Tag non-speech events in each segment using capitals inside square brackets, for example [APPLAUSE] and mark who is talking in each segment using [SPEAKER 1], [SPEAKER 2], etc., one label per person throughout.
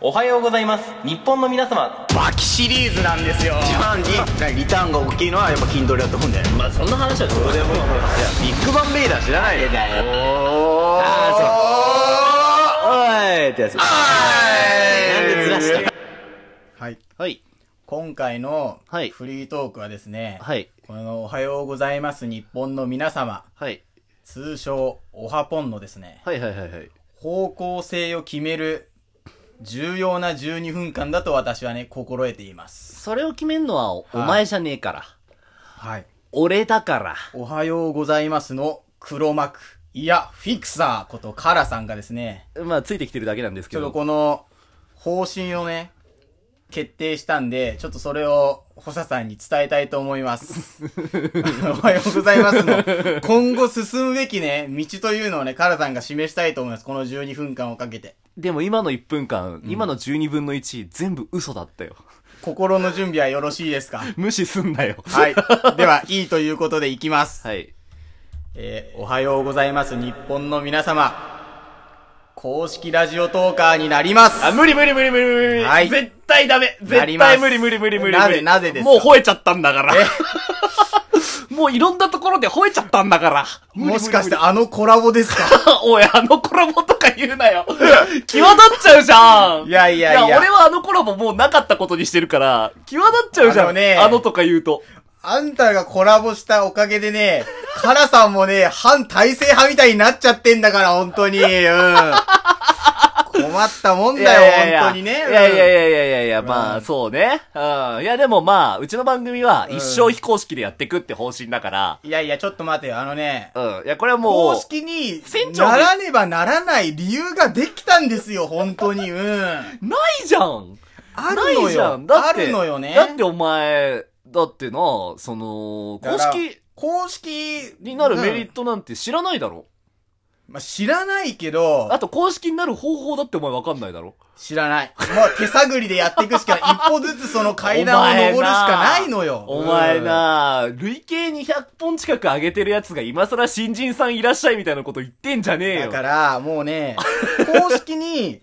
[SPEAKER 1] おはようございます日本の皆様
[SPEAKER 2] バキシリーズなんですよ
[SPEAKER 3] 一番にリターンが大きいのはやっぱ筋トレだと思うんだよね
[SPEAKER 1] まあそんな話はどうでもいい
[SPEAKER 3] ビッグバンベイダー知らないよ
[SPEAKER 2] お
[SPEAKER 3] あーそう
[SPEAKER 2] あ
[SPEAKER 3] おいってやつなんでずらした
[SPEAKER 4] はい。
[SPEAKER 2] はい
[SPEAKER 4] 今回の
[SPEAKER 2] はい
[SPEAKER 4] フリートークはですね、
[SPEAKER 2] はい
[SPEAKER 4] このおはようございます日本の皆様、
[SPEAKER 2] はい
[SPEAKER 4] 通称おはポンのですね、
[SPEAKER 2] はいはいはいはい
[SPEAKER 4] 方向性を決める重要な12分間だと私はね、心得ています。
[SPEAKER 2] それを決めんのはおお前じゃねえから、
[SPEAKER 4] はい。
[SPEAKER 2] 俺だから
[SPEAKER 4] おはようございますの黒幕、いや、フィクサーことカラさんがですね、
[SPEAKER 2] まあついてきてるだけなんです
[SPEAKER 4] ち
[SPEAKER 2] け
[SPEAKER 4] ょっと
[SPEAKER 2] ど
[SPEAKER 4] この方針をね、決定したんで、ちょっとそれを、補佐さんに伝えたいと思い
[SPEAKER 2] [LAUGHS]
[SPEAKER 4] ます。おはようございますの。今後進むべきね、道というのをね、カラさんが示したいと思います。この12分間をかけて。
[SPEAKER 2] でも今の1分間、今の12分の1全部嘘だった [LAUGHS] よ
[SPEAKER 4] 心の準備はよろしいですか
[SPEAKER 2] 無視すんなよ
[SPEAKER 4] はい。では、いいということでいきます。
[SPEAKER 2] はい
[SPEAKER 4] えーおはようございます、日本の皆様。公式ラジオトーカーになります。
[SPEAKER 2] あ、無理無理無理無理無理。
[SPEAKER 4] はい
[SPEAKER 2] 絶対ダメ。
[SPEAKER 4] なり
[SPEAKER 2] 絶
[SPEAKER 4] ま
[SPEAKER 2] 対
[SPEAKER 4] す
[SPEAKER 2] 無理無理無理無理無理。
[SPEAKER 4] なぜなぜですか
[SPEAKER 2] もう吠えちゃったんだから。 [LAUGHS] もういろんなところで吠えちゃったんだから。無理無理無理
[SPEAKER 4] もしかしてあのコラボですか
[SPEAKER 2] [LAUGHS] おい、あのコラボとか言うなよ。 [LAUGHS] 際立っちゃうじゃん。
[SPEAKER 4] いやいやいや
[SPEAKER 2] いや、俺はあのコラボもうなかったことにしてるから、際立っちゃうじゃん。
[SPEAKER 4] あのね
[SPEAKER 2] あのとか言うと。
[SPEAKER 4] [LAUGHS] あんたがコラボしたおかげでね、カラさんもね、反体制派みたいになっちゃってんだから、本当に。うん。困ったもんだよ、本当にね。
[SPEAKER 2] いやいやい
[SPEAKER 4] や。
[SPEAKER 2] やいやいやいや、まあ、そうね。うん。いや、でもまあ、うちの番組は一生非公式でやってくって方針だから、
[SPEAKER 4] いやいや、ちょっと待てよ、あのね。
[SPEAKER 2] うん。いや、これはもう、
[SPEAKER 4] 公式に
[SPEAKER 2] 船、長
[SPEAKER 4] ならねばならない理由ができたんですよ、本当に。うん。
[SPEAKER 2] ないじゃん
[SPEAKER 4] あるの
[SPEAKER 2] ないじゃ
[SPEAKER 4] よ
[SPEAKER 2] ん。だ
[SPEAKER 4] あ
[SPEAKER 2] って
[SPEAKER 4] るのよね。
[SPEAKER 2] だってお前、だってな、その、
[SPEAKER 4] だ
[SPEAKER 2] 公
[SPEAKER 4] から
[SPEAKER 2] 式
[SPEAKER 4] 公式
[SPEAKER 2] になるメリ
[SPEAKER 4] う
[SPEAKER 2] ッ
[SPEAKER 4] ん
[SPEAKER 2] トなんて知らないだろ、
[SPEAKER 4] まあ、知らないけど
[SPEAKER 2] あ、と公式になる方法だってお前わかんないだろ
[SPEAKER 4] 知らない。もう手探りでやっていくしか、一歩ずつその階段を登るしかないのよ。
[SPEAKER 2] お前
[SPEAKER 4] うん。
[SPEAKER 2] な、累計200本近く上げてるやつが今更新人さんいらっしゃいみたいなこと言ってんじゃねえ
[SPEAKER 4] だ
[SPEAKER 2] よ。
[SPEAKER 4] か
[SPEAKER 2] み
[SPEAKER 4] ら、もう
[SPEAKER 2] [LAUGHS]
[SPEAKER 4] ね、公式に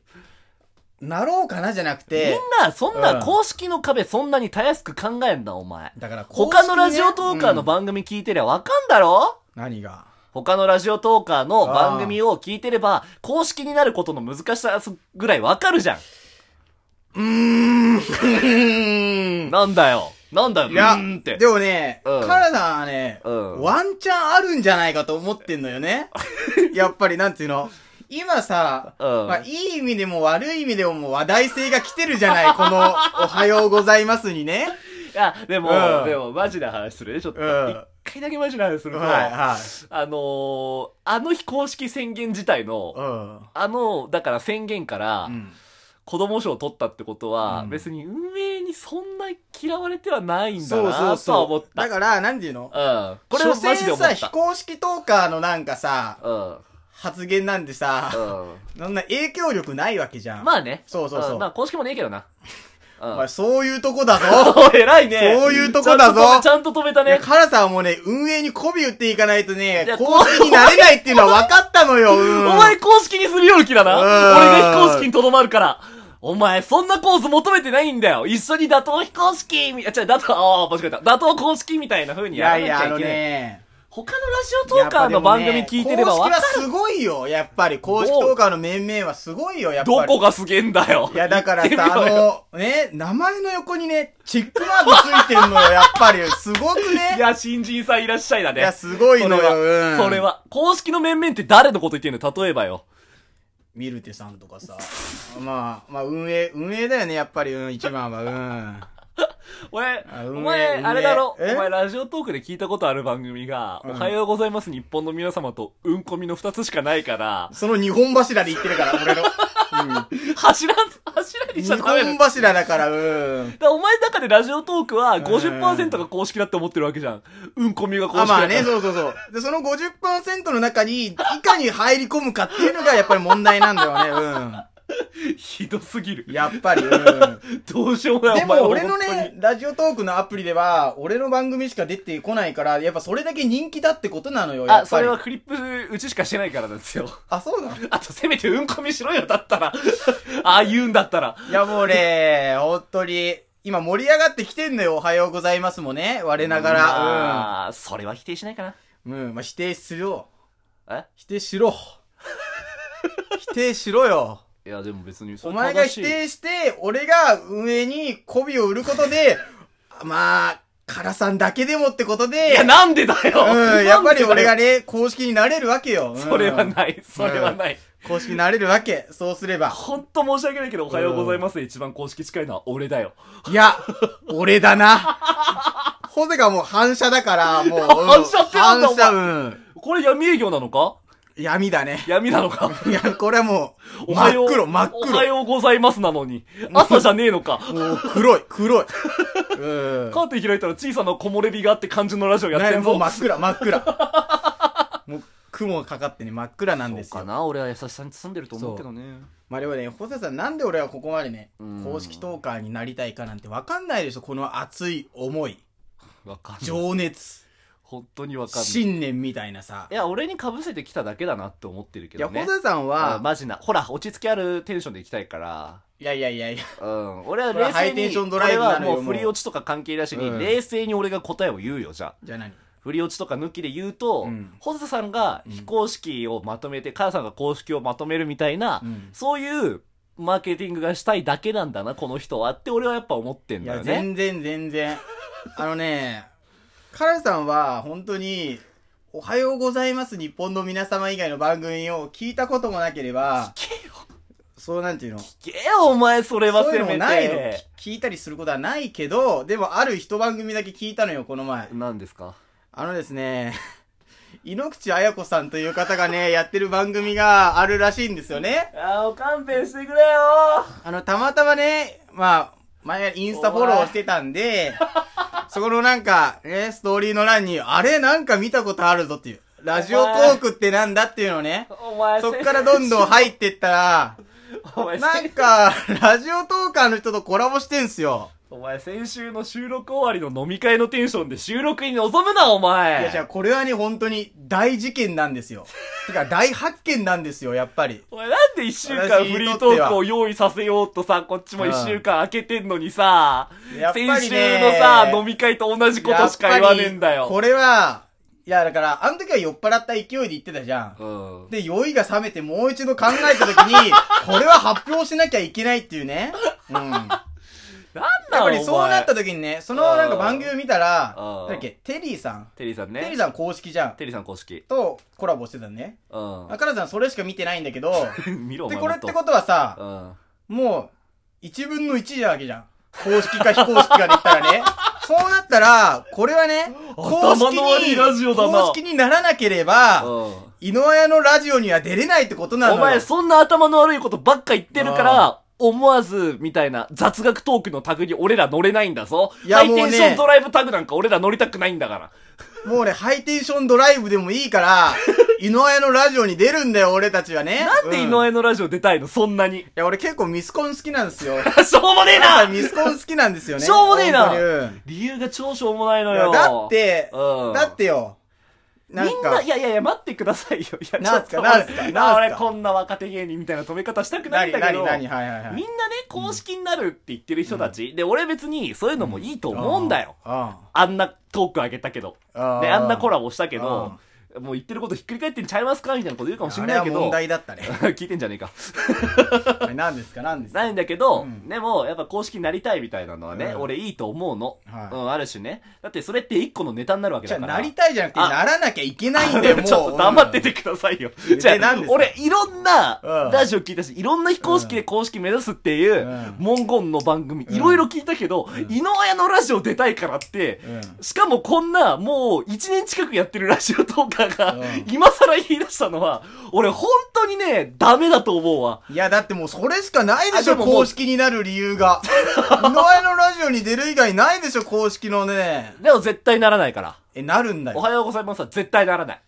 [SPEAKER 4] なろうかなじゃなくて、
[SPEAKER 2] んな、そんな
[SPEAKER 4] うん
[SPEAKER 2] 公式の壁そんなにたやすく考えんな、お前。
[SPEAKER 4] だから公式ね、
[SPEAKER 2] 他のラジオトーカーの
[SPEAKER 4] うん
[SPEAKER 2] 番組聞いてりゃわかんだろ、
[SPEAKER 4] 何が
[SPEAKER 2] 他のラジオトーカーの番組を聞いてれば、公式になることの難しさぐらいわかるじゃん。なんだよ。なんだよ。
[SPEAKER 4] いや
[SPEAKER 2] うーんって。、
[SPEAKER 4] でもね、
[SPEAKER 2] うん
[SPEAKER 4] カラさんはね、
[SPEAKER 2] うん
[SPEAKER 4] ワンチャンあるんじゃないかと思ってんのよ
[SPEAKER 2] [LAUGHS]
[SPEAKER 4] ね。やっぱり、なんていうの今さ、
[SPEAKER 2] うん
[SPEAKER 4] まあ、いい意味でも悪い意味でももう話題性が来てるじゃないこの、おはようございますにね。
[SPEAKER 2] いや、でも、
[SPEAKER 4] うん
[SPEAKER 2] でも、マジな話するね、ちょっと。一、
[SPEAKER 4] うん
[SPEAKER 2] 回だけマジな話すると、
[SPEAKER 4] はい、はい。
[SPEAKER 2] あのー、あの非公式宣言自体の、
[SPEAKER 4] うん。
[SPEAKER 2] あの、だから宣言から、
[SPEAKER 4] うん
[SPEAKER 2] 子供賞を取ったってことは、
[SPEAKER 4] うん
[SPEAKER 2] 別に運営にそんな嫌われてはないんだ
[SPEAKER 4] そうそ
[SPEAKER 2] な、
[SPEAKER 4] う
[SPEAKER 2] とは
[SPEAKER 4] そ
[SPEAKER 2] 思
[SPEAKER 4] う
[SPEAKER 2] っ。た。
[SPEAKER 4] だから、なんていうの
[SPEAKER 2] うん。これはマジ
[SPEAKER 4] 所
[SPEAKER 2] で
[SPEAKER 4] 詮
[SPEAKER 2] 思っ
[SPEAKER 4] さ、非
[SPEAKER 2] た。
[SPEAKER 4] 公式トーカーのなんかさ、
[SPEAKER 2] う
[SPEAKER 4] 発言なんでさ、
[SPEAKER 2] ん。うん。
[SPEAKER 4] そんな影響力ないわけじゃん。
[SPEAKER 2] まあね。
[SPEAKER 4] そうそうそうん
[SPEAKER 2] まあ公式もねえけどな。う
[SPEAKER 4] お
[SPEAKER 2] ん
[SPEAKER 4] 前。そういうとこだぞ。
[SPEAKER 2] おい偉いね。
[SPEAKER 4] そういうとこだぞ
[SPEAKER 2] ちゃんと止めちゃんと止めた
[SPEAKER 4] いや
[SPEAKER 2] ね。
[SPEAKER 4] カラさんはもうね、運営に媚び売っていかないとね
[SPEAKER 2] いや、
[SPEAKER 4] 公式になれないっていうのは分かったのよ、うん
[SPEAKER 2] [LAUGHS] お前公式にするよう気だな。
[SPEAKER 4] うん
[SPEAKER 2] 俺が非公式にとどまるから。お前、そんなコース求めてないんだよ。一緒に打倒非公式み、あ、違う、打倒、ああ、間違えた。打倒公式みたいな風に
[SPEAKER 4] い
[SPEAKER 2] や
[SPEAKER 4] や
[SPEAKER 2] らないき
[SPEAKER 4] や、
[SPEAKER 2] ゃ
[SPEAKER 4] あ
[SPEAKER 2] い
[SPEAKER 4] の
[SPEAKER 2] けない。
[SPEAKER 4] ね、
[SPEAKER 2] 他のラジオトーカーの番組聞いてればわ
[SPEAKER 4] や
[SPEAKER 2] か
[SPEAKER 4] っぱでもね公式はすごいよ、やっぱり。公式トーカーの面々はすごいよ、やっぱ
[SPEAKER 2] ど
[SPEAKER 4] り。
[SPEAKER 2] こがすげえんだよ。
[SPEAKER 4] いや、だから
[SPEAKER 2] 言って
[SPEAKER 4] さ、
[SPEAKER 2] みろよ
[SPEAKER 4] あの、ね、名前の横にね、チェックマークついてんの
[SPEAKER 2] [LAUGHS]
[SPEAKER 4] よ、やっぱり。すごくね。
[SPEAKER 2] いや、新人さんいらっしゃいだ
[SPEAKER 4] い
[SPEAKER 2] ね。
[SPEAKER 4] や、すごいの
[SPEAKER 2] それ
[SPEAKER 4] よ、う
[SPEAKER 2] は
[SPEAKER 4] ん。
[SPEAKER 2] それ。は。公式の面々って誰のこと言ってんの例えばよ。
[SPEAKER 4] ミルテさんとかさ。まあ、まあ、運営、運営だよね、やっぱり、うん、一番は、うん。
[SPEAKER 2] 俺
[SPEAKER 4] あ、
[SPEAKER 2] お
[SPEAKER 4] 運営
[SPEAKER 2] 前、
[SPEAKER 4] 運営
[SPEAKER 2] あれだろ。お
[SPEAKER 4] え
[SPEAKER 2] 前、ラジオトークで聞いたことある番組が、
[SPEAKER 4] うん
[SPEAKER 2] おはようございます日本の皆様と、うんこみの二つしかない
[SPEAKER 4] [LAUGHS]
[SPEAKER 2] から、
[SPEAKER 4] その日本柱で言ってるから、
[SPEAKER 2] [LAUGHS]
[SPEAKER 4] 俺の。うん。
[SPEAKER 2] 柱、柱にし
[SPEAKER 4] 日
[SPEAKER 2] ちゃダメだ
[SPEAKER 4] 本
[SPEAKER 2] よ。
[SPEAKER 4] 柱だから、うん。
[SPEAKER 2] だからお前の中でラジオトークは50%が公式だって思ってるわけじゃん。うんこみが公式
[SPEAKER 4] あ、
[SPEAKER 2] だ
[SPEAKER 4] まあ
[SPEAKER 2] から
[SPEAKER 4] ね、そうそうそう。で、その50%の中に、いかに入り込むかっていうのが、やっぱり問題なんだよね、うん。
[SPEAKER 2] ひどすぎる。
[SPEAKER 4] やっぱり、うん。
[SPEAKER 2] どうしようもない。
[SPEAKER 4] でも俺の
[SPEAKER 2] お前は本
[SPEAKER 4] ね、ラジオトークのアプリでは、俺の番組しか出てこないから、やっぱそれだけ人気だってことなのよ、
[SPEAKER 2] 当に。
[SPEAKER 4] や
[SPEAKER 2] あ、
[SPEAKER 4] っぱ
[SPEAKER 2] そ
[SPEAKER 4] り。
[SPEAKER 2] れはクリップうちしかしてないからなんですよ。
[SPEAKER 4] あ、そうなの
[SPEAKER 2] [LAUGHS] あと、せめてうんこみしろよ、だったら。ああ言うんだったら。
[SPEAKER 4] いやもうね、本当に、今盛り上がってきてんのよ、おはようございますもね、我ながら。
[SPEAKER 2] まあ、それは否定しないか
[SPEAKER 4] うん。うん、まあ否定するよ。
[SPEAKER 2] な。
[SPEAKER 4] 否定しろ。 [LAUGHS] 否定しろよ。
[SPEAKER 2] えいや、でも別にそ
[SPEAKER 4] お
[SPEAKER 2] れ
[SPEAKER 4] 前が
[SPEAKER 2] 正
[SPEAKER 4] 否
[SPEAKER 2] しい、
[SPEAKER 4] 定して、俺が運営に媚びを売ることで、まあ、カラさんだけでもってことで、
[SPEAKER 2] いや、なんでだよ
[SPEAKER 4] うん、やっぱり俺が
[SPEAKER 2] ね、
[SPEAKER 4] ね、公式になれるわけよ。うん
[SPEAKER 2] それはない、それはない。
[SPEAKER 4] 公式になれるわけ。そうすれば。
[SPEAKER 2] ほんと申し訳ないけど、おはようございますで一番公式近いのは俺だよ。
[SPEAKER 4] いや、俺だな。 [LAUGHS] ホゼがもう反射だから、もう。うん
[SPEAKER 2] 反射ってなんだ
[SPEAKER 4] 反射、うん。
[SPEAKER 2] これ闇営業なのか
[SPEAKER 4] 闇だね。
[SPEAKER 2] 闇なのか
[SPEAKER 4] いや、これはもう、[LAUGHS]
[SPEAKER 2] お
[SPEAKER 4] 真
[SPEAKER 2] はよ
[SPEAKER 4] っ
[SPEAKER 2] う。
[SPEAKER 4] 黒、真っ
[SPEAKER 2] おは
[SPEAKER 4] 黒。
[SPEAKER 2] ようございますなのに。朝じゃねえのか。
[SPEAKER 4] もう、黒い、黒い。うん。
[SPEAKER 2] カーテン開いたら小さな木漏れ日があって感じのラジオやって
[SPEAKER 4] ね
[SPEAKER 2] ん
[SPEAKER 4] もう
[SPEAKER 2] ぞ。
[SPEAKER 4] 真っ暗、真っ暗。もう、雲がかかってね、真っ暗なんですよ。
[SPEAKER 2] な俺は優しさに包んでると
[SPEAKER 4] 思うけど
[SPEAKER 2] ね。
[SPEAKER 4] まあでもね、ホゼさん、なんで俺はここまでね
[SPEAKER 2] うん、
[SPEAKER 4] 公式トーカーになりたいかなんてわかんないでしょ、この熱い思い。
[SPEAKER 2] わかんない。
[SPEAKER 4] 情熱、
[SPEAKER 2] 本当にわかんない。
[SPEAKER 4] 信念みたいなさ
[SPEAKER 2] い。や、俺に被せてきただけだなって思ってるけ
[SPEAKER 4] いや、
[SPEAKER 2] ど
[SPEAKER 4] ホ
[SPEAKER 2] ね。
[SPEAKER 4] ゼさん
[SPEAKER 2] あ
[SPEAKER 4] は、
[SPEAKER 2] マジな。ほら、落ち着きあるテンションでいきたいから。
[SPEAKER 4] いやいやいやいや、
[SPEAKER 2] うん。俺は
[SPEAKER 4] これは
[SPEAKER 2] 冷
[SPEAKER 4] ハ
[SPEAKER 2] 静
[SPEAKER 4] イテン
[SPEAKER 2] に、
[SPEAKER 4] ション
[SPEAKER 2] こ
[SPEAKER 4] ドライ
[SPEAKER 2] れ
[SPEAKER 4] ブな
[SPEAKER 2] は
[SPEAKER 4] のよ
[SPEAKER 2] もう振り落ちとか関係なしに、
[SPEAKER 4] うん
[SPEAKER 2] 冷静に俺が答えを言うよ、じゃあ。
[SPEAKER 4] じゃあ何
[SPEAKER 2] 振り落ちとか抜きで言うと、
[SPEAKER 4] うん
[SPEAKER 2] ホズさんが非公式をまとめて、母さんが公式をまとめるみたいな、
[SPEAKER 4] うん
[SPEAKER 2] そういうマーケティングがしたいだけなんだな、この人はって俺はやっぱ思ってん
[SPEAKER 4] い
[SPEAKER 2] だ
[SPEAKER 4] や、
[SPEAKER 2] よね。
[SPEAKER 4] 全然全然。あのね、カラさんは本当に、おはようございます日本の皆様以外の番組を聞いたこともなければ、
[SPEAKER 2] 聞けよ
[SPEAKER 4] そうなんていうの
[SPEAKER 2] 聞けよ、お前、それは
[SPEAKER 4] そうい
[SPEAKER 2] せ
[SPEAKER 4] うの
[SPEAKER 2] め
[SPEAKER 4] も
[SPEAKER 2] て。
[SPEAKER 4] ないの。き聞いたりすることはないけど、でもある一番組だけ聞いたのよ、この前。
[SPEAKER 2] 何ですか
[SPEAKER 4] あのですね、井ノ口彩子さんという方がね、やってる番組があるらしいんですよね。
[SPEAKER 2] あお勘弁してくれよ
[SPEAKER 4] あの、たまたまね、まあ、前、インスタフォローしてたん
[SPEAKER 2] [LAUGHS]
[SPEAKER 4] で、そこのなんか、ね、ストーリーの欄に、あれなんか見たことあるぞっていう。ラジオトークってなんだっていうのをね、
[SPEAKER 2] お前、
[SPEAKER 4] そっからどんどん入ってったら、
[SPEAKER 2] [LAUGHS] お前、
[SPEAKER 4] なんか、ラジオトーカーの人とコラボしてんすよ。
[SPEAKER 2] お前、先週の収録終わりの飲み会のテンションで収録に臨むな、お前
[SPEAKER 4] いや、じゃあこれはね、本当に大事件なんです
[SPEAKER 2] [LAUGHS]
[SPEAKER 4] よ。てか、大発見なんですよ、やっぱり。
[SPEAKER 2] お前なんで一週間フリートークを用意させようとさ、こっちも一週間空けてんのにさ、
[SPEAKER 4] やっぱりね
[SPEAKER 2] 先週のさ、飲み会と同じことしか言わねえんだ
[SPEAKER 4] やっぱり
[SPEAKER 2] よ。
[SPEAKER 4] これは、いや、だから、あの時は酔っ払った勢いで言ってたじゃん。
[SPEAKER 2] うん。
[SPEAKER 4] で、酔いが冷めてもう一度考えた時に、
[SPEAKER 2] [LAUGHS]
[SPEAKER 4] これは発表しなきゃいけないっていうね。うん。や
[SPEAKER 2] なんだ
[SPEAKER 4] っ
[SPEAKER 2] よ
[SPEAKER 4] ぱりそうなった
[SPEAKER 2] お前
[SPEAKER 4] 時にね、そのなんか番組を見たら、
[SPEAKER 2] うん
[SPEAKER 4] なんだっけ、テリーさん。
[SPEAKER 2] テリーさんね。
[SPEAKER 4] テリーさん公式じゃん。
[SPEAKER 2] テリーさん公式。
[SPEAKER 4] とコラボしてたのね。
[SPEAKER 2] う
[SPEAKER 4] あからさんそれしか見てないんだけ
[SPEAKER 2] [LAUGHS]
[SPEAKER 4] ど、
[SPEAKER 2] ん。見ろ、お
[SPEAKER 4] で、
[SPEAKER 2] 前
[SPEAKER 4] これって
[SPEAKER 2] も
[SPEAKER 4] ことはさ、
[SPEAKER 2] とうん。
[SPEAKER 4] もう、1分の1なわけじゃん。公式か非公式かで言ったらね。
[SPEAKER 2] [LAUGHS]
[SPEAKER 4] そうなったら、これはね、公式
[SPEAKER 2] 頭の悪い
[SPEAKER 4] に、
[SPEAKER 2] ラジオだな
[SPEAKER 4] 公式にならなければ、
[SPEAKER 2] うん
[SPEAKER 4] 井の屋のラジオには出れないってことなの
[SPEAKER 2] お
[SPEAKER 4] よ。
[SPEAKER 2] 前、そんな頭の悪いことばっか言ってるから、思わず、みたいな、雑学トークのタグに俺ら乗れないんだぞ。
[SPEAKER 4] いや
[SPEAKER 2] ハイテ
[SPEAKER 4] もう
[SPEAKER 2] ン
[SPEAKER 4] ね
[SPEAKER 2] ションドライブタグなんか俺ら乗りたくないんだから。
[SPEAKER 4] もうね、ハイテンションドライブでもいい
[SPEAKER 2] [LAUGHS]
[SPEAKER 4] から、井の屋のラジオに出るんだよ、俺たちはね。
[SPEAKER 2] なんで井
[SPEAKER 4] うんい
[SPEAKER 2] 上のラジオ出たいの、そんなに。
[SPEAKER 4] や、俺結構ミスコン好きなんです
[SPEAKER 2] [LAUGHS]
[SPEAKER 4] よ。
[SPEAKER 2] しょうもねえな
[SPEAKER 4] ミスコン好きなんですよね。
[SPEAKER 2] しょうもねえな
[SPEAKER 4] 本当にうん
[SPEAKER 2] 理由が超しょうもないの
[SPEAKER 4] いや
[SPEAKER 2] よ。
[SPEAKER 4] だって、
[SPEAKER 2] うん
[SPEAKER 4] だってよ。
[SPEAKER 2] み
[SPEAKER 4] なん
[SPEAKER 2] ん
[SPEAKER 4] か
[SPEAKER 2] な、い、やいやいや、待ってくださいよ。いや、
[SPEAKER 4] なんす
[SPEAKER 2] ちょ
[SPEAKER 4] か
[SPEAKER 2] っと待って
[SPEAKER 4] なんすか
[SPEAKER 2] な
[SPEAKER 4] なんすか
[SPEAKER 2] 俺こんな若手芸人みたいな止め方したくないんだけど。
[SPEAKER 4] 何何何はいはいはい
[SPEAKER 2] みんなね、公式になるって言ってる人たち。で、俺別にそういうのもいいと思うんだよ。
[SPEAKER 4] あ
[SPEAKER 2] あんなトークあげたけど。で、
[SPEAKER 4] あー
[SPEAKER 2] あんなコラボしたけど、もう言ってることひっくり返ってんちゃいますかみたいなこと言うかもし
[SPEAKER 4] あ
[SPEAKER 2] れ
[SPEAKER 4] あれ
[SPEAKER 2] ない
[SPEAKER 4] は
[SPEAKER 2] けど
[SPEAKER 4] 問。題だったね。
[SPEAKER 2] [LAUGHS] 聞いてんじゃねえか。
[SPEAKER 4] あれ何ですか何ですか
[SPEAKER 2] ないんだけど、
[SPEAKER 4] うん
[SPEAKER 2] でも、やっぱ公式になりたいみたいなのはね、
[SPEAKER 4] うん
[SPEAKER 2] 俺いいと思うの。
[SPEAKER 4] はい
[SPEAKER 2] うん、あるしね。だってそれって一個のネタになるわけ
[SPEAKER 4] じゃ
[SPEAKER 2] だ
[SPEAKER 4] あ、
[SPEAKER 2] から。
[SPEAKER 4] なりたいじゃなくて、
[SPEAKER 2] あ
[SPEAKER 4] ならなきゃいけないんだよ、もう。
[SPEAKER 2] [LAUGHS] ちょっと黙っててくださいよ。
[SPEAKER 4] うん
[SPEAKER 2] じゃ
[SPEAKER 4] で何
[SPEAKER 2] あ
[SPEAKER 4] です、か
[SPEAKER 2] 俺、いろんな
[SPEAKER 4] うん
[SPEAKER 2] ラジオ聞いたし、いろんな非公式で公式目指すっていう
[SPEAKER 4] うん
[SPEAKER 2] 文言の番組、いろいろ聞いたけど、井上のラジオ出たいからって、
[SPEAKER 4] うん
[SPEAKER 2] しかもこんな、もう1年近くやってるラジオトーカーが、
[SPEAKER 4] うん
[SPEAKER 2] 今更言い出したのは、俺本当にね、ダメだと思うわ。
[SPEAKER 4] いや、だってもうそれしかないでし
[SPEAKER 2] あ
[SPEAKER 4] ょ、
[SPEAKER 2] でももう
[SPEAKER 4] 公式になる理由
[SPEAKER 2] [LAUGHS]
[SPEAKER 4] が。井上のラジオに出る以外ないでしょ、公式のね。
[SPEAKER 2] でも絶対ならないから。
[SPEAKER 4] え、なるんだ
[SPEAKER 2] お
[SPEAKER 4] よ。
[SPEAKER 2] はようございますは絶対ならない。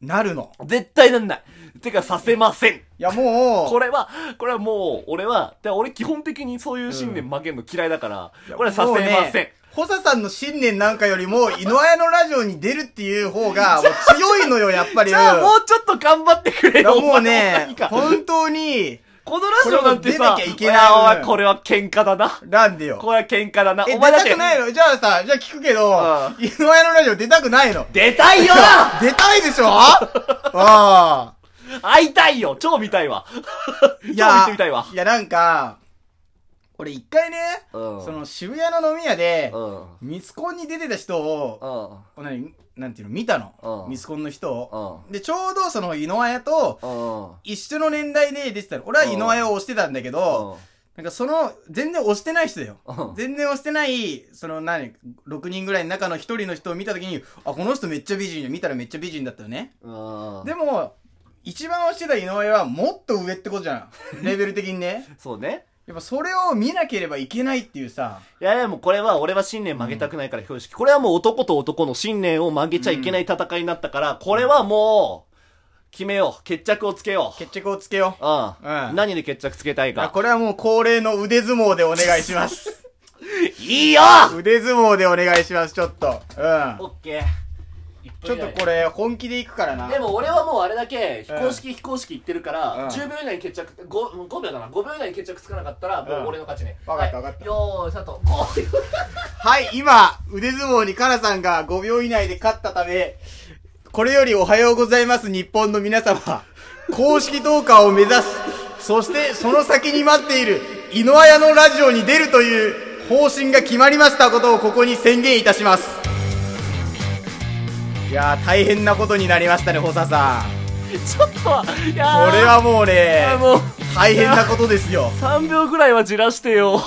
[SPEAKER 4] なるの。
[SPEAKER 2] 絶対なんない。てか、させません。
[SPEAKER 4] いや、もう、
[SPEAKER 2] [LAUGHS] これは、これはもう、俺は、で俺基本的にそういう信念負けんの嫌いだから、これはさせません。
[SPEAKER 4] ホサさんの信念なんかよりも、井の屋のラジオに出るっていう方
[SPEAKER 2] [LAUGHS]
[SPEAKER 4] が、もう強いのよ、やっぱり。
[SPEAKER 2] じゃあもうちょっと頑張ってくれ
[SPEAKER 4] いや
[SPEAKER 2] よ、
[SPEAKER 4] もう
[SPEAKER 2] お前
[SPEAKER 4] ね
[SPEAKER 2] 何か、
[SPEAKER 4] 本当に、
[SPEAKER 2] このラジオなんてさ、
[SPEAKER 4] これは出なきゃいけないのよ
[SPEAKER 2] やおいこれは喧嘩だな。
[SPEAKER 4] なんでよ。
[SPEAKER 2] これは喧嘩だな。
[SPEAKER 4] え、
[SPEAKER 2] お
[SPEAKER 4] 出
[SPEAKER 2] 前だったて
[SPEAKER 4] く、ないのじゃあさ、じゃあ聞くけど
[SPEAKER 2] う、
[SPEAKER 4] 井の屋のラジオ出たくないの。
[SPEAKER 2] 出たいよ
[SPEAKER 4] 出たいで
[SPEAKER 2] [LAUGHS]
[SPEAKER 4] しょああ。
[SPEAKER 2] 会いたいよ超見たいわ超見てみたいわ
[SPEAKER 4] いや、なんか、俺一回ね、
[SPEAKER 2] うん
[SPEAKER 4] その渋谷の飲み屋で
[SPEAKER 2] う、ん。
[SPEAKER 4] ミスコンに出てた人を、こ
[SPEAKER 2] うん。
[SPEAKER 4] の何なんていうの見たの、
[SPEAKER 2] うん
[SPEAKER 4] ミスコンの人を、でちょうどその井上と
[SPEAKER 2] うん。
[SPEAKER 4] 一緒の年代で出てたの俺は井上を推してたんだけど、なんかその全然推してない人だよ、
[SPEAKER 2] うん
[SPEAKER 4] 全然推してないその何6人ぐらいの中の1人の人を見た時にあこの人めっちゃ美人よ見たらめっちゃ美人だったよね、
[SPEAKER 2] うん。
[SPEAKER 4] でも一番推してた井上はもっと上ってことじゃんレベル的にね
[SPEAKER 2] そうね。
[SPEAKER 4] やっぱそれを見なければいけないっていうさ
[SPEAKER 2] いやいや、もうこれは、俺は信念曲げたくないから標識。これはもう男と男の信念を曲げちゃいけない戦いになったから、これはもう、決めよう。決着をつけよう。
[SPEAKER 4] 決着をつけよう
[SPEAKER 2] うん。
[SPEAKER 4] うん
[SPEAKER 2] 何で決着つけたい
[SPEAKER 4] あ
[SPEAKER 2] か。
[SPEAKER 4] これはもう恒例の腕相撲でお願いします
[SPEAKER 2] [LAUGHS] いいよ
[SPEAKER 4] 腕相撲でお願いします、ちょっと。うん。
[SPEAKER 2] オッケー。
[SPEAKER 4] ちょっとこれ、本気でいくからな。
[SPEAKER 2] でも俺はもうあれだけ非
[SPEAKER 4] うん
[SPEAKER 2] 公式非公式言ってるから、
[SPEAKER 4] うん
[SPEAKER 2] 10秒以内に決着 5, 5秒だな5秒以内に決着つかなかったらもう俺の勝ちね、
[SPEAKER 4] うんわかったわかった
[SPEAKER 2] よーいスタート5秒
[SPEAKER 4] はい、今、腕相撲にカナさんが5秒以内で勝ったため、これよりおはようございます日本の皆様、公式投下を目指す、そしてその先に待っている、井の綾のラジオに出るという方針が決まりましたことをここに宣言いたします。いやー、大変なことになりましたね、補佐さん。
[SPEAKER 2] ちょっとはいや
[SPEAKER 4] こ
[SPEAKER 2] ー
[SPEAKER 4] れはもう
[SPEAKER 2] い
[SPEAKER 4] ね
[SPEAKER 2] や、もう
[SPEAKER 4] 大変
[SPEAKER 2] [LAUGHS]
[SPEAKER 4] なことですよ。
[SPEAKER 2] 3秒ぐらいはじらしてよ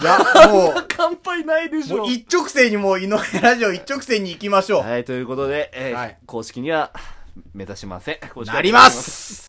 [SPEAKER 4] いや、もう、
[SPEAKER 2] 乾杯ないでし
[SPEAKER 4] も
[SPEAKER 2] ょ
[SPEAKER 4] う一直線にもう井上ラジオ一直線に行きましょう。
[SPEAKER 2] はいということで、えー
[SPEAKER 4] はい
[SPEAKER 2] 公式には目指しません公式は
[SPEAKER 4] なります